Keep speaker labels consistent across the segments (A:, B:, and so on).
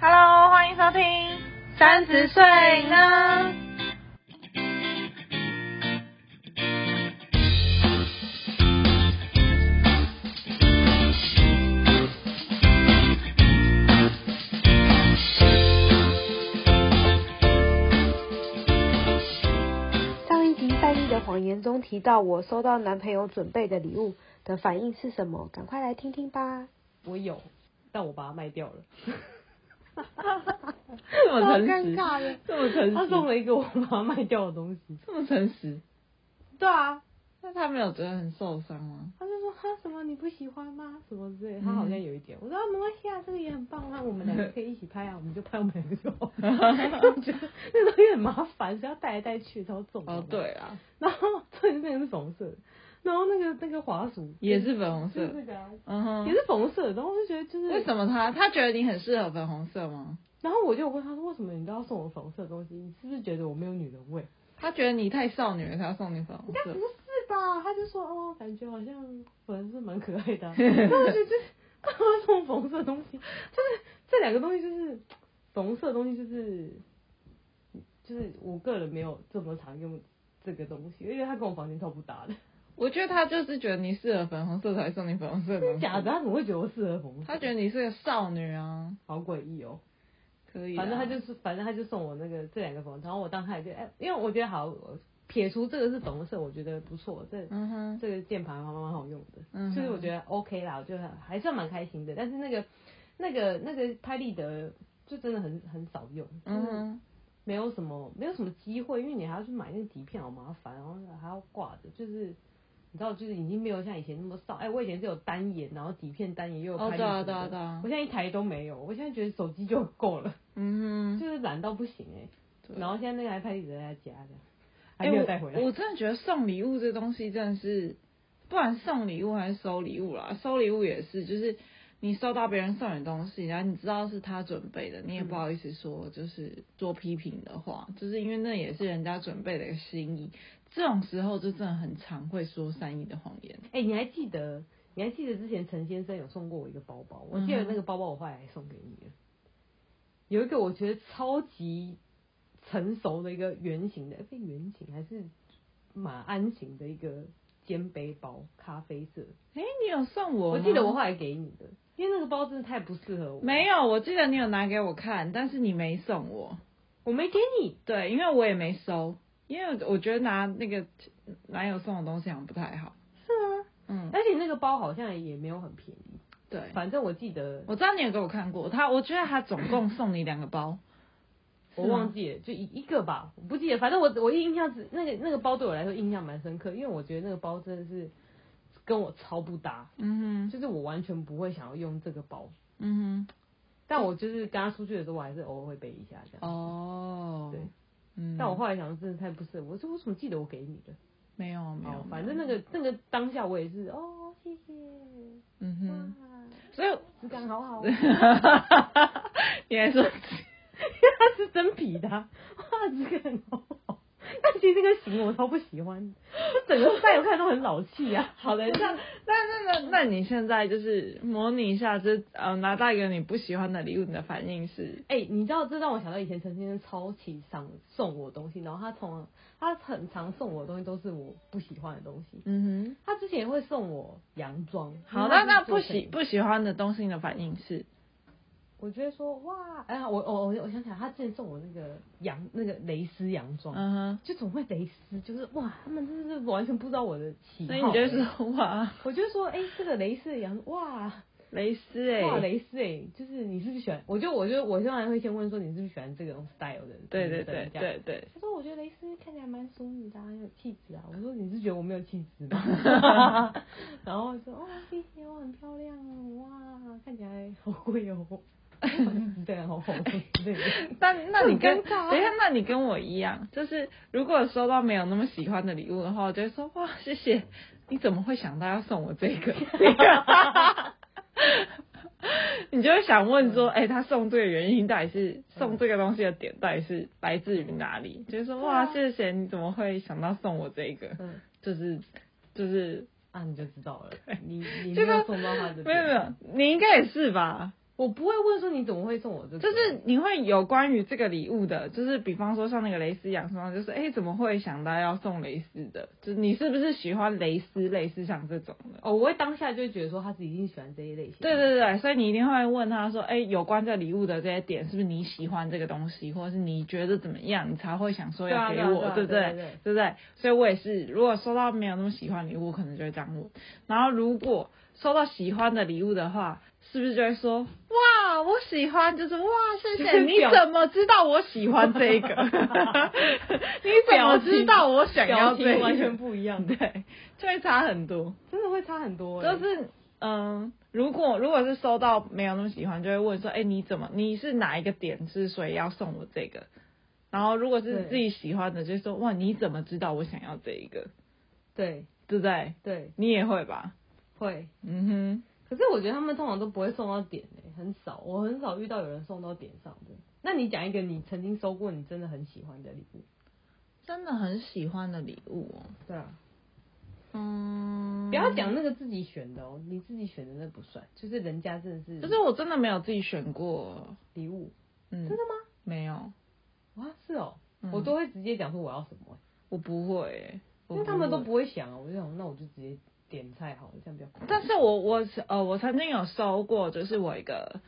A: Hello，欢迎收听。三十岁呢？
B: 上一集赛丽的谎言中提到我收到男朋友准备的礼物的反应是什么？赶快来听听吧。
C: 我有，但我把它卖掉 了。这
B: 好
C: 么诚实，
B: 尬的。
C: 这么诚实，
A: 他
C: 他
A: 送
C: 送了一个我把它卖掉的东西，
A: 这么诚实？对啊，那他没有觉得很受伤吗？
C: 他就说哈什么你不喜欢吗？什么之类的，他好像有一点。我说、啊、没关系啊，这个也很棒啊，我们两个可以一起拍啊，我们就拍我们两个就好。 我觉得那东西很麻烦，是要带来带去，超重。
A: 哦，，对啊，
C: 然后这那个是粉红色的，然后那个那个滑鼠
A: 也是粉红
C: 就
A: 色
C: 是。这个啊，
A: 嗯
C: 也
A: 哼，
C: 是粉红色的，然后我就觉得就是
A: 为什么他他觉得你很适合粉红色吗？
C: 然后我就有问他说：“为什么你都要送我粉红色的东西？你是不是觉得我没有女人味？”
A: 他觉得你太少女了，他要送你粉红
C: 应该不
A: 色。
C: 是吧？他就说：“哦，感觉好像粉是蛮可爱 的啊、那我就就是干嘛送粉红色的东西？就是这两个东西，就是粉红色的东西，就是就是我个人没有这么常用这个东西，因为他跟我房间超不搭的。
A: 我觉得他就是觉得你适合粉红色，才送你粉红色的东
C: 真的
A: 西。
C: 假的？他怎么会觉得我适合粉红色？
A: 嗯他觉得你是个少女啊，
C: 好诡异哦。
A: 可以啊。
C: 反正他就是，反正他就送我那个这两个粉红色，然后我当下就哎，因为我觉得好，我撇除这个是粉红色，我觉得不错，这
A: 嗯哼，
C: 这个键盘还蛮好用的，
A: 嗯哼
C: 所以我觉得 OK 啦，我觉得还算蛮开心的。但是那个那个那个拍立得就真的很很少用，
A: 嗯
C: 就是
A: 哼，
C: 没有什么没有什么机会，因为你还要去买那个底片，好麻烦，然后还要挂着，就是。你知道，就是已经没有像以前那么少。哎、我以前是有单眼，然后底片单眼又有
A: 哦，
C: 拍立
A: 对啊，
C: 得
A: 对啊，
C: 的，
A: 对啊
C: 我，现在一台都没有。我现在觉得手机就够了，
A: 嗯哼。
C: 就是懒到不行哎、
A: 对
C: 然后现在那个还拍立得在家这样，还
A: 哎，
C: 没有
A: 我
C: 带回来。
A: 我真的觉得送礼物这东西真的是，不管送礼物还是收礼物啦，收礼物也是，就是你收到别人送你的东西，然后你知道是他准备的，你也
C: 嗯
A: 不好意思说就是做批评的话，就是因为那也是人家准备的一个心意。这种时候就真的很常会说善意的谎言。
C: 哎、你还记得？你还记得之前陈先生有送过我一个包包？我记得
A: 嗯哼
C: 那个包包我后来还送给你了。有一个我觉得超级成熟的一个圆形的，哎是圆形还是马鞍形的一个肩背包，咖啡色。
A: 哎、你有送我
C: 我
A: 吗？
C: 记得我后来给你的，因为那个包真的太不适合我。
A: 没，有，我记得你有拿给我看，但是你没送我。
C: 我没给你。
A: 对，因为我也没收，因为我觉得拿那个男友送的东西好像不太好。
C: 是啊，
A: 嗯，
C: 而且那个包好像也没有很便宜。
A: 对。
C: 反正我记得
A: 我知道你有给我看过，他我觉得他总共送你两个包，
C: 我忘记了，就一一个吧，我不记得。反正我我印象只那个那个包对我来说印象蛮深刻，因为我觉得那个包真的是跟我超不搭，
A: 嗯哼，
C: 就是我完全不会想要用这个包。
A: 嗯
C: 但我就是跟他出去的时候，我还是偶尔会背一下这
A: 哼，
C: 样。
A: 哦，
C: 对，
A: 嗯，
C: 但我后来想，真的太不适合。我说我怎么记得我给你的？
A: 没有没有
C: 哦，，反正那个那个当下我也是哦，谢谢，
A: 嗯哼，
C: 哇，
A: 所 以
C: 质感好好哦，
A: 你还说
C: 它 是真皮的啊、 哇，质感好好。哦但其实那个型我超不喜欢，就整个戴我看都很老气啊。
A: 好的，那那那那那你现在就是模拟一下，就是呃拿到一个你不喜欢的礼物，你的反应是
C: 哎、你知道这让我想到以前陈先生超级常送我东西，然后他从他很常送我的东西都是我不喜欢的东西。
A: 嗯
C: 他之前也会送我洋装，
A: 好，
C: 因为
A: 那
C: 他
A: 那
C: 是做
A: 不喜
C: 成，
A: 不喜欢的东西，你的反应是
C: 我觉得说哇，哎、呀，我我我我想起来，他之前送我那个洋那个蕾丝洋装，
A: 嗯哼，
C: 就总会蕾丝，就是哇，他们真的是完全不知道我的喜好。
A: 所以你就说哇
C: 我就说，哎、这个蕾丝的洋哇，
A: 蕾丝哎、
C: 哇，蕾丝哎，就是你是不是喜欢？我就我就我当然会先问说你是不是喜欢这种 style 的女生？
A: 对对对
C: 这样
A: 对对，
C: 他说：“我觉得蕾丝看起来蛮淑女的、啊，很有气质啊。”我说：“你是觉得我没有气质 吗？”然后我说：“哦，谢谢，我很漂亮哦，哇，看起来好贵哦， 对啊，好红对。
A: 那那你
C: 很
A: 跟
C: 尴尬啊
A: 等一下，那你跟我一样，就是如果收到没有那么喜欢的礼物的话，我就会说哇谢谢，你怎么会想到要送我这个？ 你就会想问
C: 嗯
A: 说，哎、他送这个原因到底是送这个东西的点到底是来自于哪里？就是说哇
C: 啊
A: 谢谢，你怎么会想到送我这个？
C: 嗯，
A: 就是就是
C: 啊，你就知道了，你你没
A: 这个
C: 有送到他的，
A: 没有没，有，你应该也是吧？
C: 我不会问说你怎么会送我这个，
A: 就是你会有关于这个礼物的，就是比方说像那个蕾丝洋装，就是哎、诶怎么会想到要送蕾丝的？就是你是不是喜欢蕾丝，类似像这种的？
C: 哦，我会当下就会觉得说他是一定喜欢这一类型。
A: 对 对对，所以你一定会问他说，哎、有关这礼物的这些点，是不是你喜欢这个东西，或者是你觉得怎么样，你才会想说要给
C: 对啊
A: 我，
C: 对啊对啊
A: 不
C: 对啊对啊
A: 对不对？所以我也是，如果收到没有那么喜欢的礼物，我可能就会这样问。然后如果收到喜欢的礼物的话，是不是就会说，哇，我喜欢，就是哇，谢谢，你怎么知道我喜欢 这个？ 你怎么知道我想要
C: 表
A: 这
C: 情
A: 个？
C: 完全不一样，
A: 对，就会差很多。
C: 真的会差很多欸。
A: 就是嗯，如果如果是收到没有那么喜欢，就会问说，哎、你怎么你是哪一个点之所以要送我这个？然后如果是
C: 对
A: 自己喜欢的，就说哇，你怎么知道我想要这一个？
C: 对
A: 对不对？
C: 对
A: 你也会吧？
C: 会，
A: 嗯
C: 可是我觉得他们通常都不会送到点诶、很少，我很少遇到有人送到点上的。那你讲一个你曾经收过你真的很喜欢的礼物？
A: 哼，真的很喜欢的礼物哦。
C: 对啊，
A: 嗯，
C: 不要讲那个自己选的哦，你自己选的那不算，就是人家真的是
A: 就是我真的没有自己选过，
C: 礼物，
A: 嗯，
C: 真的吗？
A: 没有，
C: 啊，是哦，
A: 嗯
C: 我都会直接讲说我要什么欸、
A: 我不会欸、我
C: 因为他们都
A: 会
C: 不会想啊，我就想那我就直接点菜好了，这样比较快。
A: 但是我我呃，我曾经有收过，就是我一个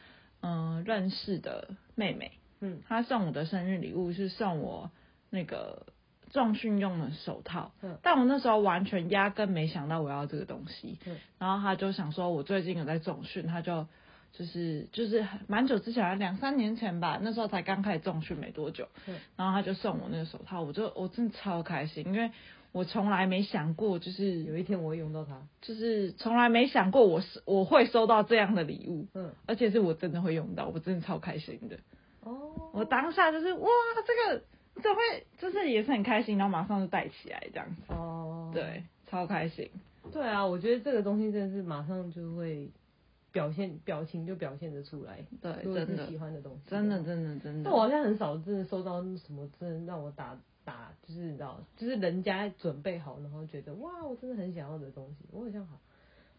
A: 嗯、认识的妹妹，
C: 嗯
A: 她送我的生日礼物是送我那个重训用的手套，
C: 嗯
A: 但我那时候完全压根没想到我要这个东西，
C: 嗯
A: 然后她就想说我最近有在重训，她就。就是就是蛮久之前，两三年前吧，那时候才刚开始重训没多久，
C: 嗯
A: 然后她就送我那个手套，我就我真的超开心，因为我从来没想过就是
C: 有一天我会用到它，
A: 就是从来没想过我是我会收到这样的礼物，
C: 嗯，
A: 而且是我真的会用到，我真的超开心的。
C: 哦，
A: 我当下就是哇，这个怎么会？就是也是很开心，然后马上就戴起来这样子，
C: 哦，
A: 对，超开心。
C: 对啊，我觉得这个东西真的是马上就会表现表情就表现得出来，
A: 对
C: 如果
A: 真
C: 是
A: 的
C: 喜欢的东西，
A: 真的，。真的，真
C: 但我
A: 的，
C: 好像很少真的收到什么真的让我打打，就是你知道，就是人家准备好，然后觉得哇，我真的很想要的东西，我好像好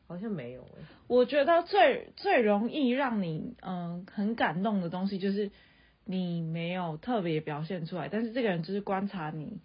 C: 好像没有哎、
A: 我觉得最最容易让你嗯很感动的东西，就是你没有特别表现出来，但是这个人就是观察你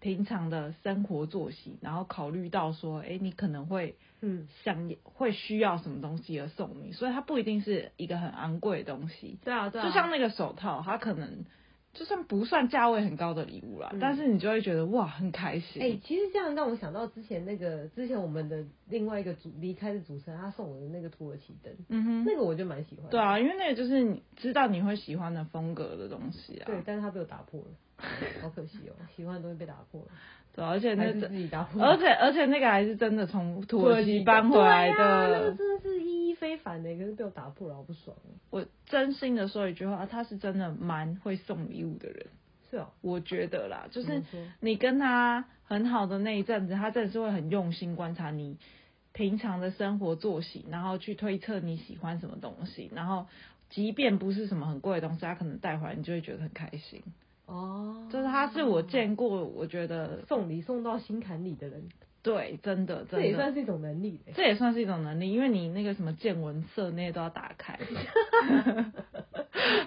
A: 平常的生活作息，然后考虑到说，哎、你可能会
C: 嗯，
A: 想会需要什么东西而送你，所以它不一定是一个很昂贵的东西。
C: 对啊，对啊，
A: 就像那个手套，它可能就算不算价位很高的礼物啦，
C: 嗯
A: 但是你就会觉得哇很开心。
C: 哎、其实这样让我想到之前那个之前我们的另外一个主离开的主持人，他送我的那个土耳其灯，
A: 嗯哼，
C: 那个我就蛮喜欢的。
A: 对啊，因为那个就是你知道你会喜欢的风格的东西啊。
C: 对，但是他被我打破了，好可惜哦，喜欢的东西被打破了，
A: 对啊，而且
C: 还
A: 那
C: 是嗯自己打破
A: 而
C: 了。
A: 且而且那个还是真的从土耳其搬回来
C: 对啊那个
A: 的。
C: 真的是意义非凡欸的，可是被我打破了，好不爽哦。
A: 我真心的说一句话，他是真的蛮会送礼物的人，
C: 是哦，
A: 我觉得啦，就
C: 就是
A: 你跟他很好的那一阵子，他真的是会很用心观察你平常的生活作息，然后去推测你喜欢什么东西，然后即便不是什么很贵的东西，他可能带回来你就会觉得很开心。
C: 哦，
A: 就是他是我见过，我觉得
C: 送礼送到心坎里的人，
A: 对，真的，
C: 这
A: 真
C: 也
A: 的。
C: 算是一种能力嘞。
A: 这也算是一种能力，因为你那个什么见闻色那些都要打开，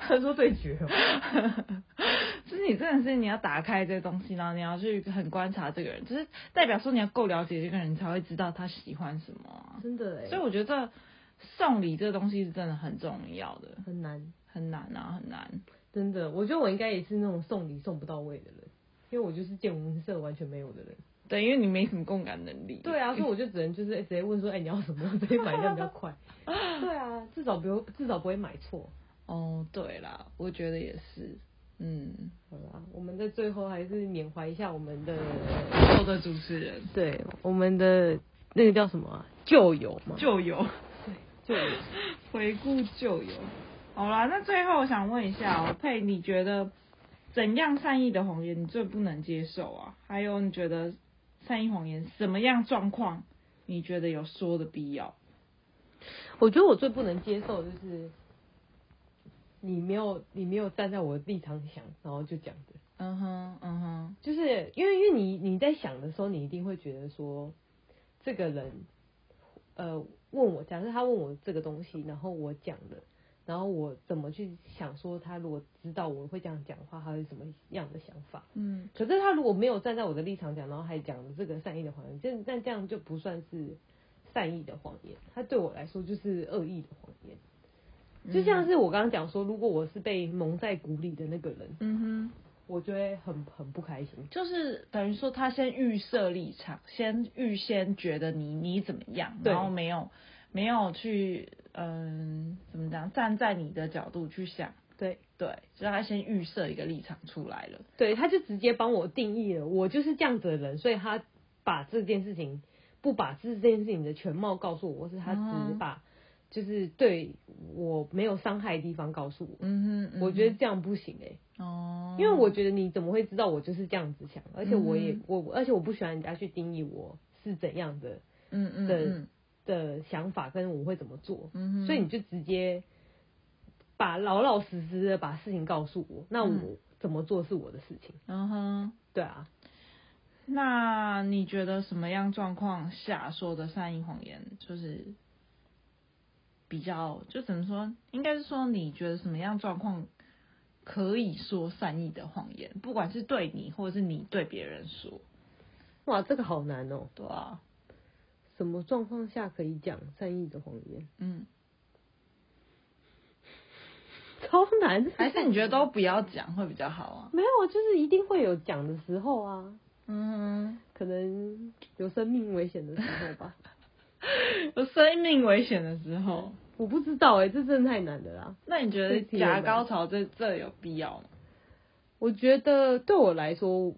C: 传 说对决哦，
A: 就是你真的是你要打开这些东西，然后你要去很观察这个人，就是代表说你要够了解这个人，你才会知道他喜欢什么啊。
C: 真的哎，
A: 所以我觉得送礼这东西是真的很重要的，
C: 很难，
A: 很难啊，很难。
C: 真的，我觉得我应该也是那种送礼送不到位的人，因为我就是见闻色完全没有的人。
A: 对，因为你没什么共感能力。
C: 对 啊，所以我就只能就是、欸直接问说，哎、你要什么？我直接买这样比较 快。对啊，至少不用，至少不会买错。
A: 哦，对啦，我觉得也是。嗯，
C: 好啦，我们在最后还是缅怀一下我们的，
A: 旧的主持人
C: 对我们的那个叫什么啊、旧友嘛，
A: 旧友，
C: 旧友。
A: 回顾旧友。好啦，那最后我想问一下、哦，佩，你觉得怎样善意的谎言你最不能接受啊？还有，你觉得善意谎言什么样状况你觉得有说的必要？
C: 我觉得我最不能接受的就是你没有你没有站在我的立场想，然后就讲的，
A: 嗯哼，嗯哼，
C: 就是因为因为你你在想的时候，你一定会觉得说这个人，呃，问我，假设他问我这个东西，然后我讲了，然后我怎么去想说他如果知道我会这样讲话，他会什么样的想法？
A: 嗯，
C: 可是他如果没有站在我的立场讲，然后还讲这个善意的谎言，这但这样就不算是善意的谎言，他对我来说就是恶意的谎言。就像是我刚刚讲说，如果我是被蒙在鼓里的那个人，
A: 嗯
C: 我就会很很不开心
A: 哼，。就是等于说他先预设立场，先预先觉得你你怎么样，
C: 对
A: 然后没有没有去嗯怎么讲，站在你的角度去想，
C: 对
A: 对，就是他先预设一个立场出来了，
C: 对，他就直接帮我定义了，我就是这样子的人，所以他把这件事情不把这件事情的全貌告诉我，或是他只
A: 嗯
C: 把就是对我没有伤害的地方告诉我。
A: 嗯哼，
C: 我觉得这样不行哎、
A: 得哦，
C: 因为我觉得你怎么会知道我就是这样子想？而且我也
A: 嗯
C: 我，而且我不喜欢人家去定义我是怎样的
A: 嗯嗯
C: 的
A: 嗯
C: 的想法跟我会怎么做，
A: 嗯哼，
C: 所以你就直接把老老实实的把事情告诉我，那我
A: 嗯
C: 怎么做是我的事情，
A: 嗯哼。
C: 对啊，
A: 那你觉得什么样状况下说的善意谎言就是比较，就怎么说？应该是说你觉得什么样状况可以说善意的谎言，不管是对你或者是你对别人说，
C: 哇，这个好难哦、
A: 对啊，
C: 什么状况下可以讲善意的谎言？
A: 嗯，
C: 超难，
A: 还是你觉得都不要讲会比较好啊？
C: 没有，就是一定会有讲的时候啊，
A: 嗯，
C: 可能有生命危险的时候 吧。
A: 有 生命危险的时候，
C: 我不知道哎、这真的太难了啦。
A: 那你觉得
C: 这题有
A: 假
C: 难
A: 高潮这这有必要吗？
C: 我觉得对我来说，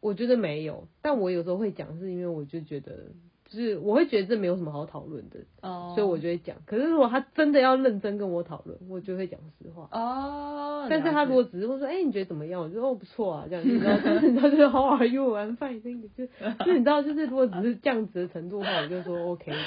C: 我觉得没有，但我有时候会讲，是因为我就觉得，就是我会觉得这没有什么好讨论的，
A: 哦
C: 所以我就会讲。可是如果他真的要认真跟我讨论，我就会讲实话。
A: 哦，
C: 但是他
A: 了解
C: 如果只是会说，哎、你觉得怎么样？我就说哦不错啊，这样你知道，就是你知道就是哦 How are you? I'm fine, thank you。就就你知道，就是如果只是这样子的程度的话，我就说 OK 这样。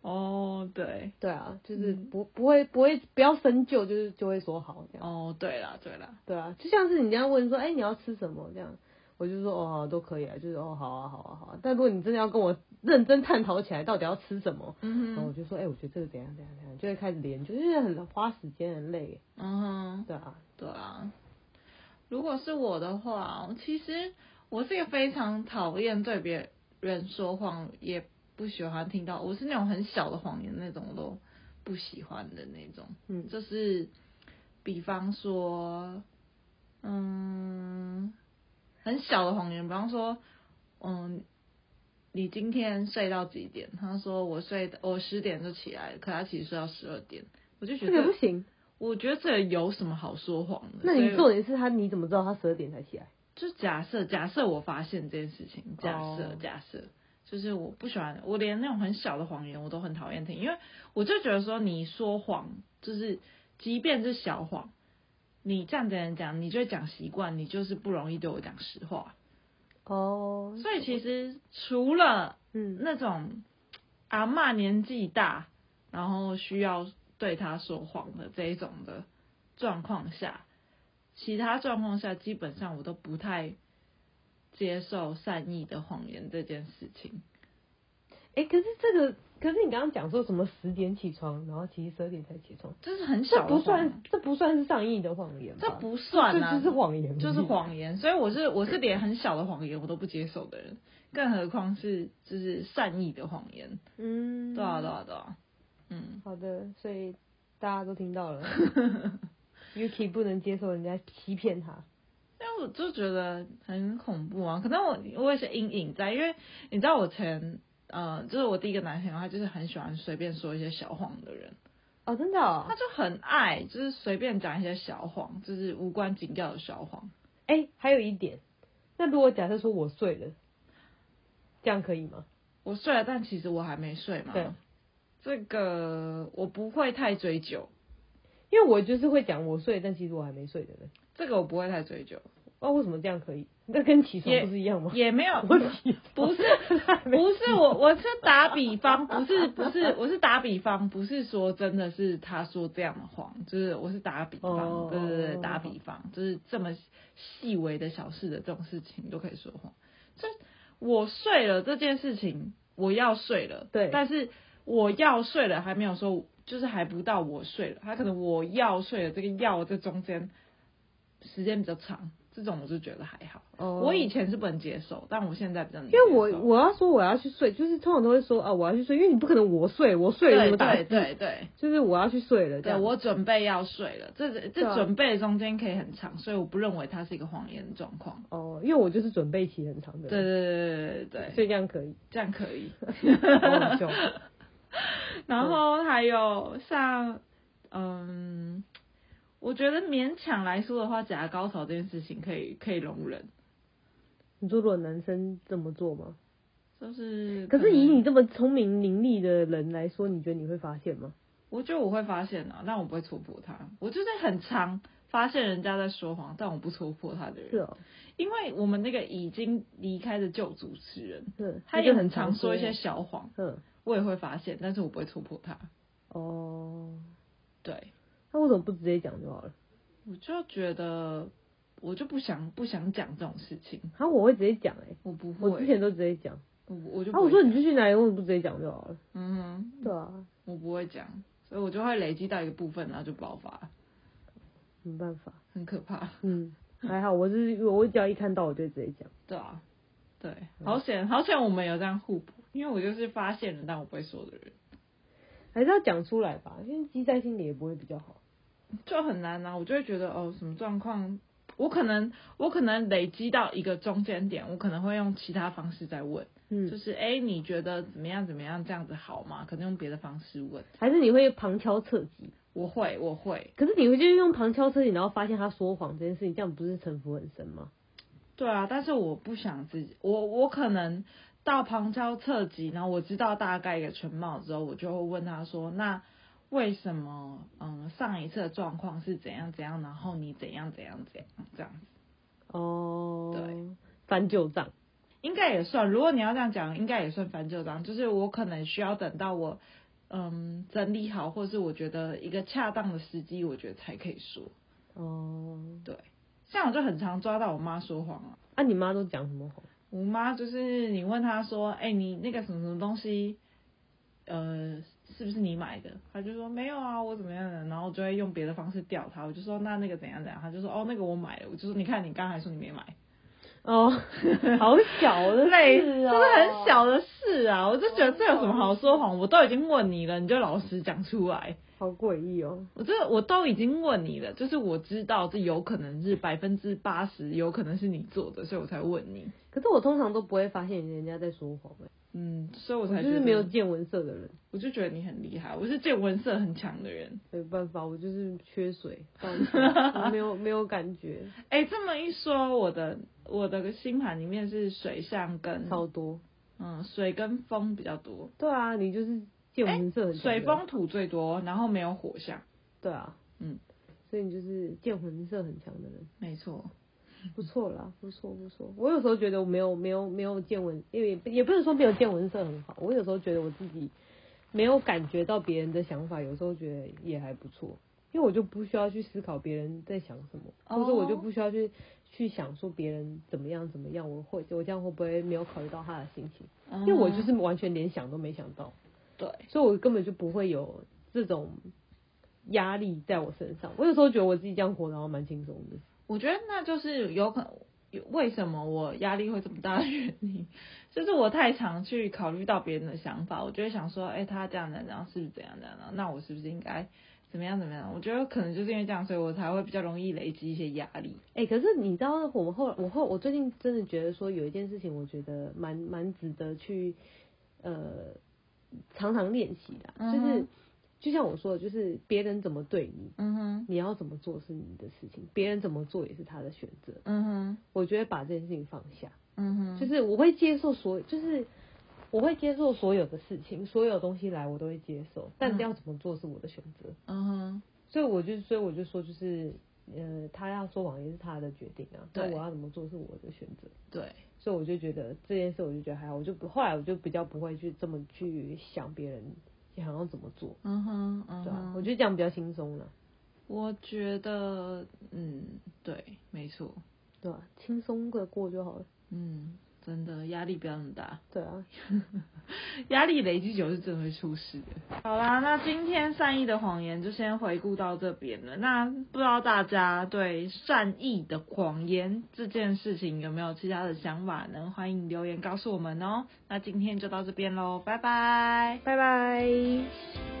A: 哦，对。
C: 对啊，就是不不会不会不要深究，就是就会说好这样。
A: 哦，对啦，对啦，
C: 对啊，就像是你这样问说，哎、你要吃什么这样。我就说哦好都可以啊，就是哦好啊好啊好啊。但如果你真的要跟我认真探讨起来，到底要吃什么，
A: 嗯
C: 然后我就说哎、我觉得这个怎样怎样怎样，就会开始连，就是很花时间很累。
A: 嗯哼，
C: 对啊，
A: 对啊。如果是我的话，其实我是一个非常讨厌对别人说谎，也不喜欢听到，我是那种很小的谎言那种我都不喜欢的那种。
C: 嗯
A: 就是比方说，嗯，很小的谎言，比方说，嗯，你今天睡到几点？他说我睡我十点就起来了，可他其实睡到十二点，我就觉
C: 这个不
A: 得，
C: 行。
A: 我觉得这有什么好说谎的？
C: 那你
A: 所
C: 重
A: 以
C: 点是他，你怎么知道他十二点才起来？
A: 就假设假设我发现这件事情，假设、
C: 哦
A: 假设。就是我不喜欢，我连那种很小的谎言我都很讨厌听，因为我就觉得说你说谎，就是即便是小谎，你这样的人讲，你就会讲习惯，你就是不容易对我讲实话。
C: 嗯哦，
A: 所以其实除了
C: 嗯，
A: 那种阿嬷年纪大，然后需要对他说谎的这一种的状况下，其他状况下基本上我都不太接受善意的谎言这件事情。
C: 哎、可是这个，可是你刚刚讲说什么十点起床，然后其实十二点才起床，
A: 这是很
C: 这
A: 小的
C: 不
A: 谎
C: 算，这不算是上亿的谎言吧，
A: 这不算啊，
C: 这就是谎言，
A: 就是。谎言，所以我是我是连很小的谎言我都不接受的人，更何况是就是善意的谎言。
C: 嗯，
A: 对啊对啊对啊，嗯，
C: 好的，所以大家都听到 了，Yuki 不能接受人家欺骗他。
A: 但我就觉得很恐怖啊，可能我我也是阴影在，因为你知道我前呃就是我第一个男朋友，他就是很呃喜欢随便说一些小谎的人，
C: 哦，真的、哦
A: 他？就很爱就是随便讲一些小谎，就是无关紧要的小谎。
C: 哎、还有一点，那如果假设说我睡了，这样可以吗？
A: 我睡了，但其实我还没睡嘛。
C: 对，
A: 这个我不会太追究，
C: 因为我就是会讲我睡，但其实我还没睡的人。
A: 这个我不会太追究。
C: 那、为什么这样可以？那跟起床
A: 也
C: 不是一样吗？
A: 也没有，
C: 我起床
A: 不是
C: 还 没
A: 不是我，我是打比方，不是不是，我是打比方，不是说真的是他说这样的谎，就是我是打比
C: 哦
A: 方，对对对，
C: 哦
A: 打比方，就是这么细微的小事的这种事情都可以说谎。就我睡了这件事情，我要睡了，
C: 对
A: 但是我要睡了还没有说就是还不到我睡了，他可能我要睡了，这个要这中间时间比较长，这种我就觉得还好。
C: 哦
A: 我以前是不能接受，但我现在比较能
C: 因为我
A: 接受
C: 我要说我要去睡，就是通常都会说啊我要去睡，因为你不可能我睡我睡了
A: 对
C: 怎么打
A: 对对对
C: 就是我要去睡了这
A: 对，
C: 样。
A: 我准备要睡了，这
C: 啊对
A: 这
C: 啊
A: 准备的中间可以很长，所以我不认为它是一个谎言的状况。
C: 哦，因为我就是准备期很长的
A: 对对
C: 人，
A: 对对对
C: 所
A: 对，
C: 以这样可以。
A: 这样可 以。
C: 好好 笑
A: 然后还有像，嗯，我觉得勉强来说的话，假高潮这件事情可以可以容忍，
C: 你说如果男生这么做吗？
A: 就是
C: 可是
A: 能
C: 以你这么聪明伶俐的人来说，你觉得你会发现吗？
A: 我觉得我会发现啊，但我不会戳破他。我就是很常发现人家在说谎，但我不戳破他的人，
C: 是哦，
A: 因为我们那个已经离开的旧主持人，
C: 是，
A: 他
C: 那
A: 也
C: 就很
A: 很常说一些，小谎，
C: 嗯，
A: 我也会发现，但是我不会戳破他。
C: 哦，
A: 对，
C: 那为什么不直接讲就好了？
A: 我就觉得我就不想不想讲这种事情，
C: 然后我会直接讲，哎，
A: 我不会，
C: 我之前都直接讲。
A: 我我就
C: 然后我
A: 不会
C: 说
A: 讲
C: 你去去哪里，为什么不直接讲就好了？
A: 嗯哼，
C: 对啊，
A: 我不会讲，所以我就会累积到一个部分，然后就爆发，
C: 没办法，
A: 很可怕，
C: 嗯，还好，我是我只要一看到我就直接讲。
A: 对啊，对，好险好险，我们有这样互补，因为我就是发现了但我不会说的人，
C: 还是要讲出来吧，因为积在心里也不会比较好。
A: 就很难啊，我就会觉得哦，什么状况，我可能我可能累积到一个中间点，我可能会用其他方式再问，
C: 嗯，
A: 就是哎、诶你觉得怎么样怎么样这样子好吗？可能用别的方式问，
C: 还是你会旁敲侧击，
A: 我会我会，
C: 可是你会就是用旁敲侧击，然后发现他说谎这件事情，这样不是城府很深吗？
A: 对啊，但是我不想自己，我我可能到旁敲侧击，然后我知道大概一个全貌之后，我就会问他说，那为什么嗯上一次的状况是怎样怎样，然后你怎样怎样怎样这样子，
C: 哦，
A: 对，
C: 翻旧账，
A: 应该也算。如果你要这样讲，应该也算翻旧账，就是我可能需要等到我嗯整理好，或是我觉得一个恰当的时机，我觉得才可以说。
C: 哦，
A: 像我就很常抓到我妈说谎啊。
C: 啊，你妈都讲什么谎？
A: 我妈就是你问她说，哎、你那个什么什么东西，呃，是不是你买的？她就说没有啊，我怎么样的，然后我就会用别的方式吊她，我就说那那个怎样怎样，她就说哦那个我买了，我就说你看你刚才说你没买，
C: 哦，好小的
A: 类
C: 事
A: 这
C: 哦，
A: 是很小的事啊，我就觉得这有什么好说谎，我都已经问你了，你就老实讲出来。
C: 好诡异哦。
A: 我这我都已经问你了，就是我知道这有可能是百分之八十，有可能是你做的，所以我才问你。
C: 可是我通常都不会发现人家在说谎、欸，
A: 嗯，所以我
C: 我
A: 才
C: 就
A: 觉
C: 是
A: 得
C: 没有见闻色的人，
A: 我就觉得你很厉害，我是见闻色很强的人。
C: 没办法，我就是缺水，抱歉我没有没有感 觉，
A: 哎、这么一说，我的我的星盘里面是水象跟
C: 超多。
A: 嗯水跟风比较多，
C: 对啊，你就是见闻色很、强的人
A: 水风土最多，然后没有火象。
C: 对啊，
A: 嗯，
C: 所以你就是见魂色很强的人，
A: 没错，
C: 不错啦，不错不错。我有时候觉得我没有没有没有见闻，因为也也不是说没有见闻色很好，我有时候觉得我自己没有感觉到别人的想法，有时候觉得也还不错，因为我就不需要去思考别人在想什么，
A: 哦
C: 或者我就不需要去去想说别人怎么样怎么样，我会我这样会不会没有考虑到他的心情？
A: 因
C: 因为我就是完全连想都没想到。
A: 哦对，
C: 所以我根本就不会有这种压力在我身上。我有时候觉得我自己这样活得好像蛮轻松的，
A: 我觉得那就是有可有为什么我压力会这么大的原因， 就是我太常去考虑到别人的想法，我就会想说，哎、他这样的，然后是不是怎样怎样，那我是不是应该怎么样怎么样？我觉得可能就是因为这样，所以我才会比较容易累积一些压力。
C: 哎、可是你知道，我们后我后我最近真的觉得说有一件事情，我觉得蛮蛮值得去呃常常练习的啊，就
A: 嗯
C: 是、
A: 哼
C: 就像我说的，就是别人怎么对你，
A: 嗯哼，
C: 你要怎么做是你的事情，别人怎么做也是他的选择。
A: 嗯哼，
C: 我觉得把这件事情放下，
A: 嗯哼，
C: 就是我会接受所，就是我会接受所有的事情，所有东西来我都会接受，但
A: 嗯
C: 要怎么做是我的选择。
A: 嗯哼，
C: 所以我就，所以我就说，就是呃，他要说谎也是他的决定啊，那
A: 对
C: 我要怎么做是我的选择。
A: 对，
C: 所以我就觉得这件事，我就觉得还好，我就不后来我就比较不会去这么去想别人想要怎么做，
A: 嗯哼，嗯
C: 对吧、啊
A: 哼，
C: 我觉得这样比较轻松了，
A: 我觉得，嗯，对，没错，
C: 对吧、轻松的过就好了。
A: 嗯，真的压力不要那么大，
D: 对啊，
A: 压力累积久是真的会出事的。好啦，那今天善意的谎言就先回顾到这边了。那不知道大家对善意的谎言这件事情有没有其他的想法呢？欢迎留言告诉我们哦。那今天就到这边喽，拜拜。
D: 拜拜。